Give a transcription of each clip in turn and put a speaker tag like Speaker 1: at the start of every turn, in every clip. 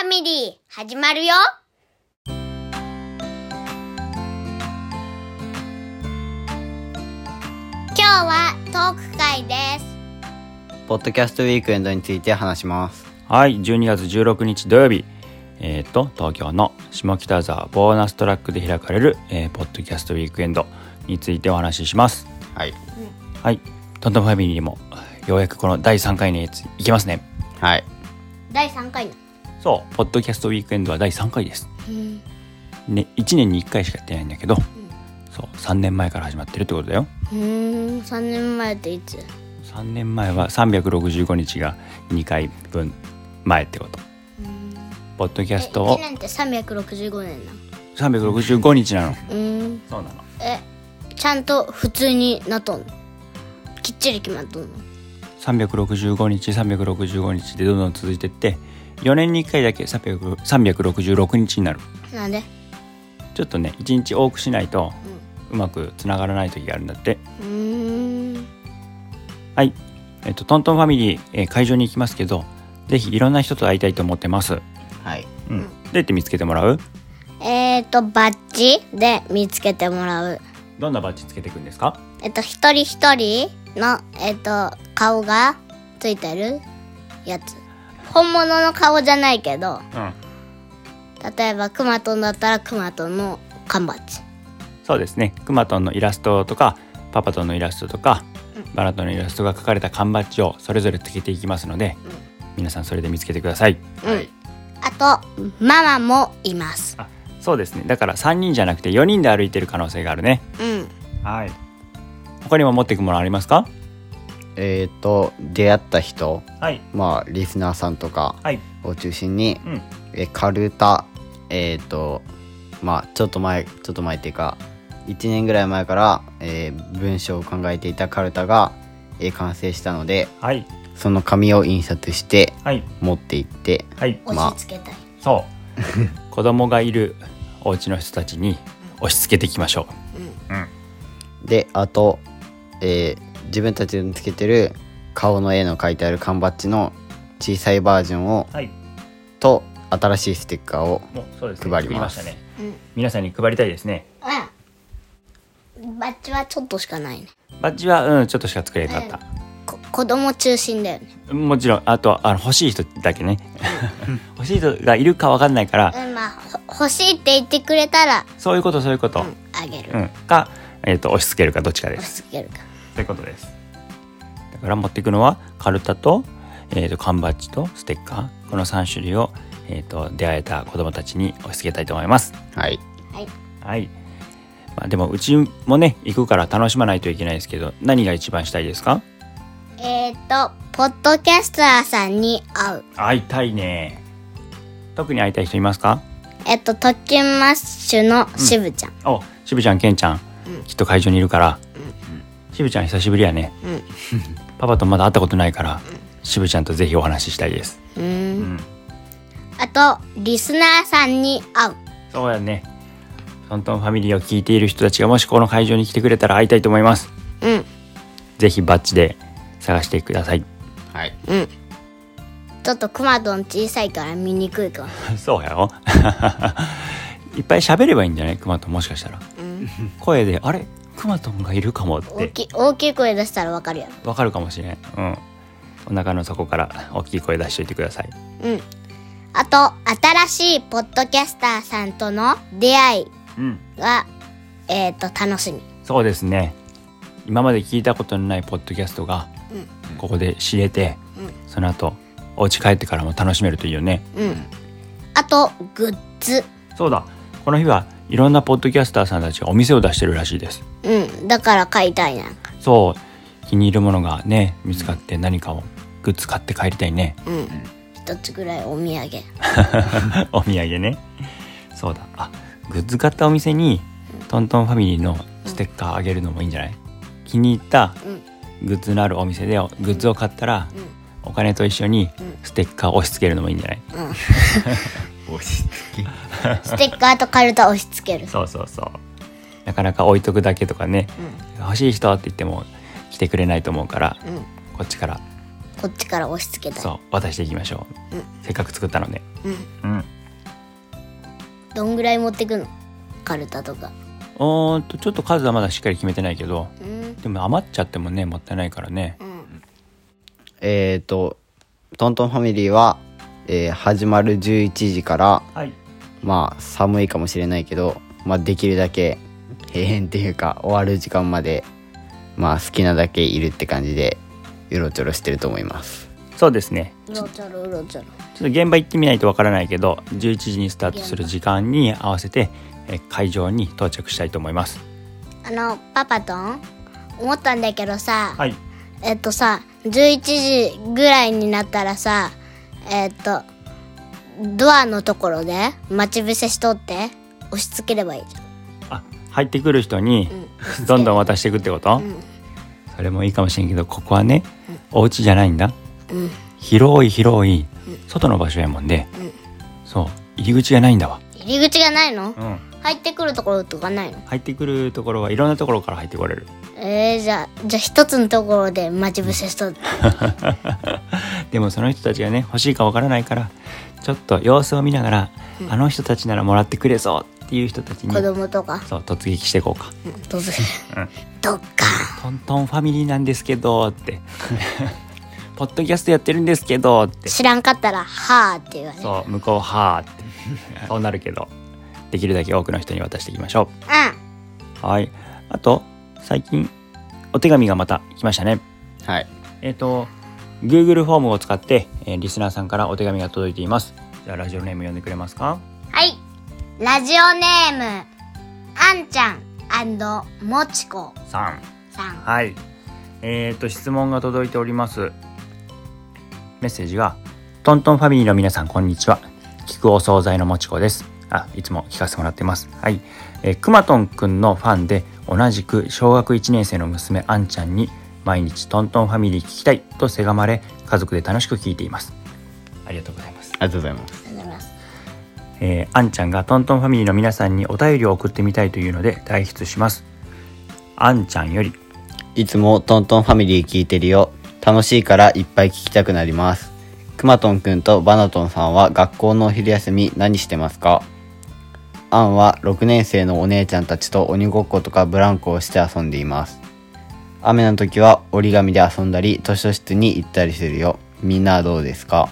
Speaker 1: ァミリー、始まるよ今日はトーク会です。
Speaker 2: ポッドキャストウィークエンドについて話します。
Speaker 3: はい、12月16日土曜日、えー、と東京の下北沢ボーナストラックで開かれる、えーポッドキャストウィークエンドについてお話しします。
Speaker 2: はい。
Speaker 3: はい、トントンファミリーもようやくこの第3回に行きますね。
Speaker 2: はい。
Speaker 1: 第3回の。
Speaker 3: そう、ポッドキャストウィークエンドは第3回です。ね、1年に1回しかやってないんだけど、そう、3年前から始まってるってことだよ。
Speaker 1: うーん、3年前っていつ
Speaker 3: 3年前は365日が2回分前ってこと。ポッドキャス
Speaker 1: 1
Speaker 3: トを
Speaker 1: 年って365年なの。
Speaker 3: 365日なの。
Speaker 1: うーん、
Speaker 3: そうなの。
Speaker 1: え、ちゃんと普通になっとんのきっちり決まっとんの
Speaker 3: 365日365日でどんどん続いてって4年に1回だけ300 366日になる
Speaker 1: なんで
Speaker 3: ちょっとね1日多くしないとうまくつながらない時があるんだって
Speaker 1: うーん、
Speaker 3: はいえっとトントンファミリー、えー会場に行きますけどぜひいろんな人と会いたいと思ってます、
Speaker 2: はい。
Speaker 3: うん、どうやって見つけてもらう
Speaker 1: えーと、バッジで見つけてもらう。
Speaker 3: どんなバッジつけていくんですか
Speaker 1: えっと、一人一人の、えっと、顔がついてるやつ。本物の顔じゃないけど、
Speaker 3: うん
Speaker 1: 例えばクマトンだったらクマトンの缶バッジ。
Speaker 3: そうですねくまとんのイラストとかパパとんのイラストとかバラとのイラストが書かれた缶バッジをそれぞれつけていきますので、皆さんそれで見つけてください
Speaker 1: うん。あと、ママもいます。
Speaker 3: あそうですねだから3人じゃなくて4人で歩いてる可能性があるね
Speaker 1: うん。
Speaker 3: はい他にも持っていくものありますか
Speaker 2: えっ、と出会った人、
Speaker 3: はい
Speaker 2: まあリスナーさんとか
Speaker 3: はい
Speaker 2: を中心に、
Speaker 3: うん
Speaker 2: えカルタえっ、とまあちょっと前ちょっと前っていうか1年ぐらい前から、えー文章を考えていたカルタが、えー完成したので
Speaker 3: はい
Speaker 2: その紙を印刷して
Speaker 3: はい
Speaker 2: 持って行って
Speaker 3: はい
Speaker 2: まあ
Speaker 1: 押し付けたい。
Speaker 3: そう 子供がいるお家の人たちに押し付けていきましょ
Speaker 2: であと、えー自分たちでつけてる顔の絵の書いてある缶バッジの小さいバージョンを
Speaker 3: うはい
Speaker 2: と新しいステッカーを
Speaker 3: もうそうです
Speaker 2: ね配ります
Speaker 3: 作りましたね
Speaker 1: うん。
Speaker 3: 皆さんに配りたいですね
Speaker 1: うん。バッジはちょっとしかないね。
Speaker 3: バッジはうんちょっとしか作れなかっ
Speaker 1: こ子供中心だよね。
Speaker 3: たもちろんあとはあの欲しい人だけね 欲しい人がいるかわかんないから
Speaker 1: うん、まあ、ほ欲しいって言ってくれたら、
Speaker 3: そういうことそういうこと、
Speaker 1: うん、あげる。
Speaker 3: うん、か、えー、と押し付けるかどっちかです
Speaker 1: 押し付けるか。
Speaker 3: ということですだから持っていくのはカルタと,、えー、と缶バッジとステッカーこの3種類を、えー、と出会えた子どもたちに押し付けたいと思います
Speaker 2: はい
Speaker 1: はい。
Speaker 3: はい、まあ、でもうちもね行くから楽しまないといけないですけど何が一番したいですか
Speaker 1: えっ、と、ポッドキャスターさんに会う。
Speaker 3: 会いたいね特に会いたい人いますか
Speaker 1: えっと、特訓マッシュのしぶちゃん。
Speaker 3: おしぶちゃんけんちゃん、きっと会場にいるから、しぶちゃん久しぶりやね、
Speaker 1: うん
Speaker 3: パパとまだ会ったことないから、しぶちゃんとぜひお話ししたいです
Speaker 1: う。
Speaker 3: うんん
Speaker 1: あと、リスナーさんに会う。
Speaker 3: そうやね。トントンファミリーを聞いている人たちがもしこの会場に来てくれたら会いたいと思います。
Speaker 1: うん。
Speaker 3: ぜひバッジで探してください。
Speaker 2: はい
Speaker 1: うん。ちょっとクマドン小さいから見にくいかも。
Speaker 3: そうやろ いっぱい喋ればいいんじゃないクマトンもしかしたら。声で、あれクマトンがいるかもっ
Speaker 1: 大
Speaker 3: て
Speaker 1: きい、大きい声出したらわかるや
Speaker 3: わかるかもしれん。うん。お腹の底から大きい声出しておいてください。
Speaker 1: ろ。うん。あと、新しいポッドキャスターさんとの出会い
Speaker 3: うん。
Speaker 1: が、えっ、と、楽しみ。
Speaker 3: そうですね。今まで聞いたことのないポッドキャストが、ここで知れて、その後、お家帰ってからも楽しめるといいよね。
Speaker 1: うん。あと、グッズ。
Speaker 3: そうだこの日はいろんなポッドキャスターさんたちがお店を出してるらしいです
Speaker 1: うん。だから買いたいな。
Speaker 3: そう気に入るものがね見つかって何かをグッズ買って帰りたいね
Speaker 1: うん。一つぐらいお土 産。
Speaker 3: お土産ねそうだあグッズ買ったお店にトントンファミリーのステッカーあげるのもいいんじゃない気に入った
Speaker 1: うん
Speaker 3: グッズのあるお店でグッズを買ったらお金と一緒にステッカーを押し付けるのもいいんじゃない
Speaker 2: 押し付け
Speaker 1: ステッカーとカルタ押し付ける。
Speaker 3: そうそうそうなかなか置いとくだけとかね、欲しい人って言っても来てくれないと思うから、
Speaker 1: ん
Speaker 3: こっちから
Speaker 1: こっちから押し付けたい。
Speaker 3: そう渡していきましょう、せっかく作ったので、うん
Speaker 1: どんぐらい持ってくのカルタとか
Speaker 3: うーんとちょっと数はまだしっかり決めてないけど
Speaker 1: うん
Speaker 3: でも余っちゃってもねもったいないからね
Speaker 1: うん
Speaker 2: えっ、とトントンファミリーは、えー始まる11時から
Speaker 3: はい
Speaker 2: まあ寒いかもしれないけど、まあ、できるだけ閉園っていうか終わる時間までまあ好きなだけいるって感じでうろちょろしてると思います
Speaker 3: そうですね
Speaker 1: うろちょろうろちょろ
Speaker 3: ちょっと現場行ってみないとわからないけど11時にスタートする時間に合わせてえー会場に到着したいと思います
Speaker 1: あのパパとん思ったんだけどさ、
Speaker 3: はい
Speaker 1: えっとさ11時ぐらいになったらさえっとドアのところで待ち伏せしとって押し付ければいいじ
Speaker 3: あ入ってくる人にどんどん渡していくってこと、それもいいかもしれんけどここはね、お家じゃないんだ、
Speaker 1: ん
Speaker 3: 広い広い外の場所やもんで、そう入り口がないんだわ、
Speaker 1: ゃん入り口がないの
Speaker 3: うん、
Speaker 1: 入ってくるところとかないの
Speaker 3: 入ってくるところはいろんなところから入ってこれる
Speaker 1: えー、じゃあじゃあ一つのところで待ち伏せしとって
Speaker 3: でもその人たちがね欲しいかわからないからちょっと様子を見ながら、あの人たちならもらってくれそうっていう人たちに
Speaker 1: 子供とか
Speaker 3: そう突撃していこうか
Speaker 1: どうするどっか
Speaker 3: 「トントンファミリーなんですけど」 って「ポッドキャストやってるんですけど」って
Speaker 1: 知らんかったら「はあ」って言われる
Speaker 3: そう向こう「はあ」ってそうなるけどできるだけ多くの人に渡していきましょ
Speaker 1: うん
Speaker 3: うはいあと最近お手紙がまた来ましたね
Speaker 2: はい
Speaker 3: えっ、と Google フォームを使って、えーリスナーさんからお手紙が届いていますじゃあラジオネーム読んでくれますか
Speaker 1: はいラジオネームあんちゃんもちこ
Speaker 3: 3
Speaker 1: さん
Speaker 3: はい。えっ、と質問が届いております。メッセージはトントンファミリーの皆さんこんにちは。菊お惣菜のもちこです。あ、いつも聞かせてもらってます。はい。えー、くまとんくんのファンで同じく小学1年生の娘あんちゃんに毎日トントンファミリー聞きたいとせがまれ家族で楽しく聞いています。ありがとうございます。
Speaker 2: ありがとうございます
Speaker 1: ありがとうございます
Speaker 3: えーあんちゃんがトントンファミリーの皆さんにお便りを送ってみたいというので代筆します。あんちゃんより
Speaker 2: いつもトントンファミリー聞いてるよ楽しいからいっぱい聞きたくなりますくまとんくんとバナトンさんは学校のお昼休み何してますかアンは6年生のお姉ちゃんたちと鬼ごっことかブランコをして遊んでいます雨の時は折り紙で遊んだり図書室に行ったりするよみんなはどうですか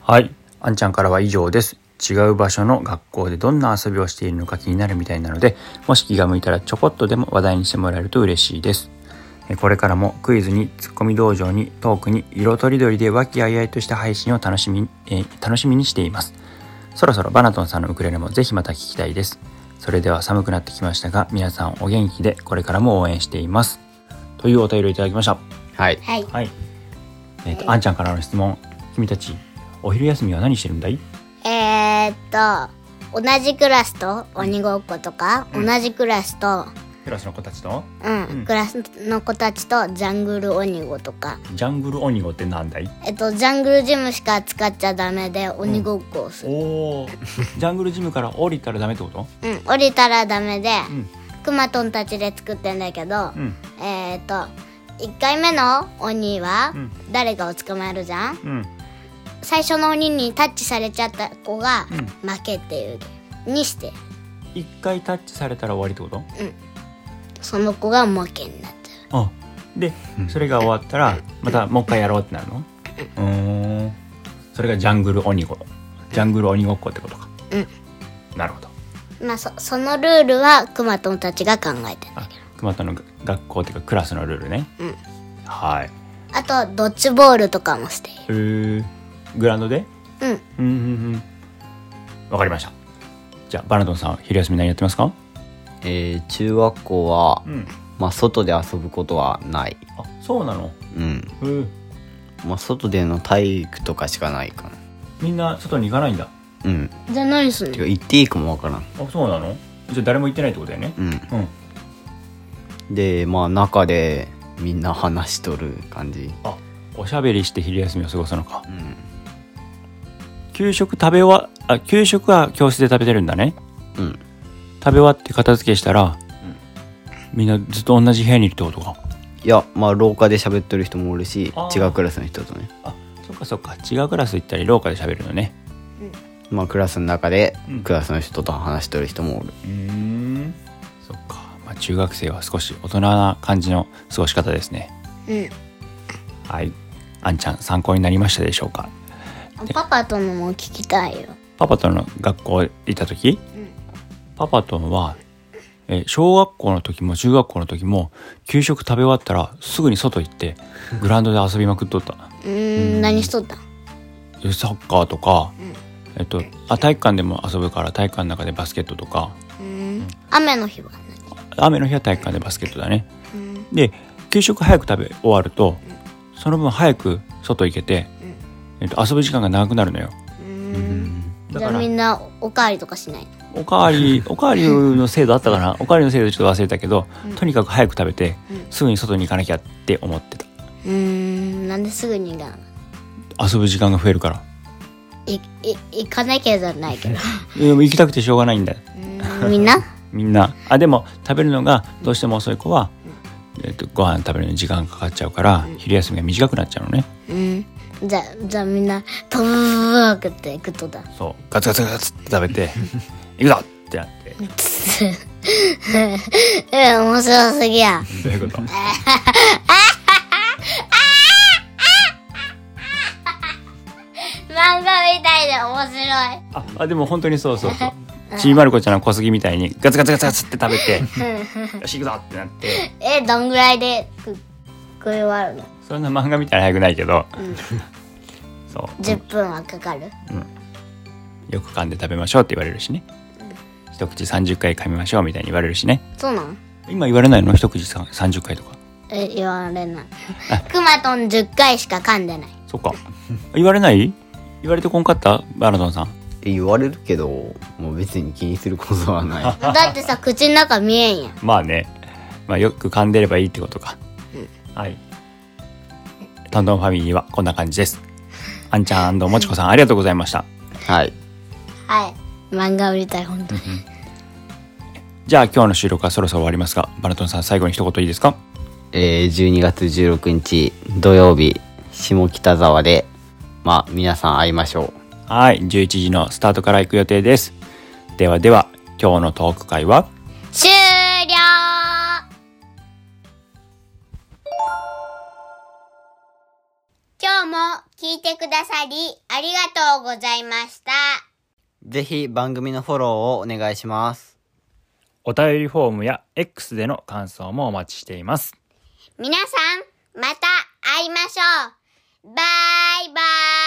Speaker 3: はい。あんちゃんからは以上です。違う場所の学校でどんな遊びをしているのか気になるみたいなので、もし気が向いたらちょこっとでも話題にしてもらえると嬉しいです。えこれからもクイズにツッコミ道場にトークに色とりどりで和気あいあいとした配信を楽しみ、えー楽しみにしています。そろそろバナトンさんのウクレレもぜひまた聞きたいです。それでは寒くなってきましたが、皆さんお元気でこれからも応援しています。というお便りをいただきました。
Speaker 2: はい
Speaker 1: はい
Speaker 3: はい。えっ、と、あんちゃんからの質問。君たち、お昼休みは何してるんだい
Speaker 1: えー、っと同じクラスと鬼ごっことか、同じクラスと、
Speaker 3: クラスの子たちと
Speaker 1: うん
Speaker 3: うん
Speaker 1: クラスの子たちとジャングル鬼ごとか、
Speaker 3: ジャングル鬼ごってなんだい
Speaker 1: えっと、ジャングルジムしか使っちゃダメで鬼ごっこをする、
Speaker 3: おお。 ジャングルジムから降りたらダメってこと
Speaker 1: うん降りたらダメで、
Speaker 3: ん
Speaker 1: くまとんたちで作ってんだけど、
Speaker 3: うん。
Speaker 1: えー、っと1回目の鬼は
Speaker 3: うん
Speaker 1: 誰かを捕まえるじゃん、
Speaker 3: うん。
Speaker 1: 最初の鬼にタッチされちゃった子が
Speaker 3: うん
Speaker 1: 負けっていうゲームにして
Speaker 3: 一回タッチされたら終わりってこと
Speaker 1: その子が負けになっちゃう
Speaker 3: あで、それが終わったら、またもう一回やろうってなるのうーん。それがジャングル鬼ご。ジャングル鬼ごっこってことか。
Speaker 1: うん。
Speaker 3: なるほど。
Speaker 1: まあそそのルールはくまとんたちが考えてる
Speaker 3: あ、熊田の学校っていうかクラスのルールね。
Speaker 1: うん
Speaker 3: はい。
Speaker 1: あとドッジボールとかもしてい
Speaker 3: へーグラウンドで
Speaker 1: るうん
Speaker 3: うんうんうんわかりましたじゃあバナトンさん昼休み何やってますか
Speaker 2: えー中学校は、
Speaker 3: ん
Speaker 2: まあ外で遊ぶことはない
Speaker 3: あそうなの
Speaker 2: うん
Speaker 3: うん
Speaker 2: まあ外での体育とかしかないかな
Speaker 3: みんな外に行かないんだ
Speaker 2: うん
Speaker 1: じゃあ何すん
Speaker 2: て
Speaker 1: の
Speaker 2: か言っていいかもわからん
Speaker 3: あそうなのじゃあ誰も行ってないってことだよね
Speaker 2: うん
Speaker 3: うん
Speaker 2: でまあ中でみんな話しとる感じ
Speaker 3: あおしゃべりして昼休みを過ごすのか
Speaker 2: うん
Speaker 3: 給食食べ終わあ給食は教室で食べてるんだね
Speaker 2: うん
Speaker 3: 食べ終わって片付けしたら、みんなずっと同じ部屋にいるってことか
Speaker 2: いやまあ廊下で喋っとる人もおるし
Speaker 3: あー
Speaker 2: 違うクラスの人とね
Speaker 3: あそっかそっか違うクラス行ったり廊下で喋るのね、
Speaker 2: まあ、クラスの中で
Speaker 3: うん
Speaker 2: クラスの人と話してる人もおる、
Speaker 3: うんそっか、まあ、中学生は少し大人な感じの過ごし方ですね
Speaker 1: うん
Speaker 3: はいあんちゃん参考になりましたでしょうか
Speaker 1: パパとのも聞きたいよ
Speaker 3: パパとの学校いた時、
Speaker 1: うん
Speaker 3: パパとはえ小学校の時も中学校の時も給食食べ終わったらすぐに外行ってグラウンドで遊びまくっとった
Speaker 1: うーん何しとった
Speaker 3: でサッカーとか、えっと、あ体育館でも遊ぶから体育館の中でバスケットとか
Speaker 1: うん雨の日は
Speaker 3: 雨の日は体育館でバスケットだね
Speaker 1: 何うん
Speaker 3: で給食早く食べ終わるとその分早く外行けて、えっと、遊ぶ時間が長くなるのよ
Speaker 1: うん
Speaker 3: だ
Speaker 1: じゃ
Speaker 3: か
Speaker 1: あ
Speaker 3: ら
Speaker 1: みんなおかわりとかしない
Speaker 3: おかわりおかわりの制度あったかなおかわりの制度ちょっと忘れたけど、とにかく早く食べて、すぐに外に行かなきゃって思ってた
Speaker 1: うーんなんですぐに行かなかっ
Speaker 3: 遊ぶ時間が増えるから
Speaker 1: たいい行かなきゃじゃないけ ど
Speaker 3: でも行きたくてしょうがないんだ
Speaker 1: うんみんな
Speaker 3: みんなあでも食べるのがどうしても遅い子は、えっと、ご飯食べるのに時間かかっちゃうから、昼休みが短くなっちゃうのね
Speaker 1: うんじゃあじゃあみんなパブーブーって行くとだ
Speaker 3: そうガツガツガツって食べ て行くぞってなって
Speaker 1: え面白すぎや
Speaker 3: どういうこと
Speaker 1: 漫画みたいで面白い
Speaker 3: ああでも本当にそうそうそうちびまる子ちゃんの小杉みたいにガツガツガツガツって食べてよし行くぞってなって
Speaker 1: えどんぐらいでく食い終わるの
Speaker 3: そんな漫画みたいに早くないけど、そ
Speaker 1: 10分はかかる
Speaker 3: うよく噛んで食べましょうって言われるしね一口30回噛みましょうみたいに言われるしね
Speaker 1: そうなん
Speaker 3: 今言われないの一口さん30回とか
Speaker 1: え言われ ないくまとん10回しか噛んで ない
Speaker 3: そっか言われない言われてこんかったバラドンさん
Speaker 2: え言われるけどもう別に気にすることはない
Speaker 1: だってさ口の中見えんやん
Speaker 3: まあね、まあ、よく噛んでればいいってことか、はいトントンファミリーはこんな感じですあんちゃんもちこさんありがとうございました
Speaker 2: はい
Speaker 1: はい漫画売りたい本当に
Speaker 3: じゃあ今日の収録はそろそろ終わりますがバラトンさん最後に一言いいですか
Speaker 2: えー12月16日土曜日下北沢でまあ皆さん会いましょう
Speaker 3: はい11時のスタートから行く予定ですではでは今日のトーク会は
Speaker 1: 終了今日も聞いてくださりありがとうございました。
Speaker 2: ぜひ番組のフォローをお願いします
Speaker 3: お便りフォームや X での感想もお待ちしています
Speaker 1: 皆さん、また会いましょう。バイバイ。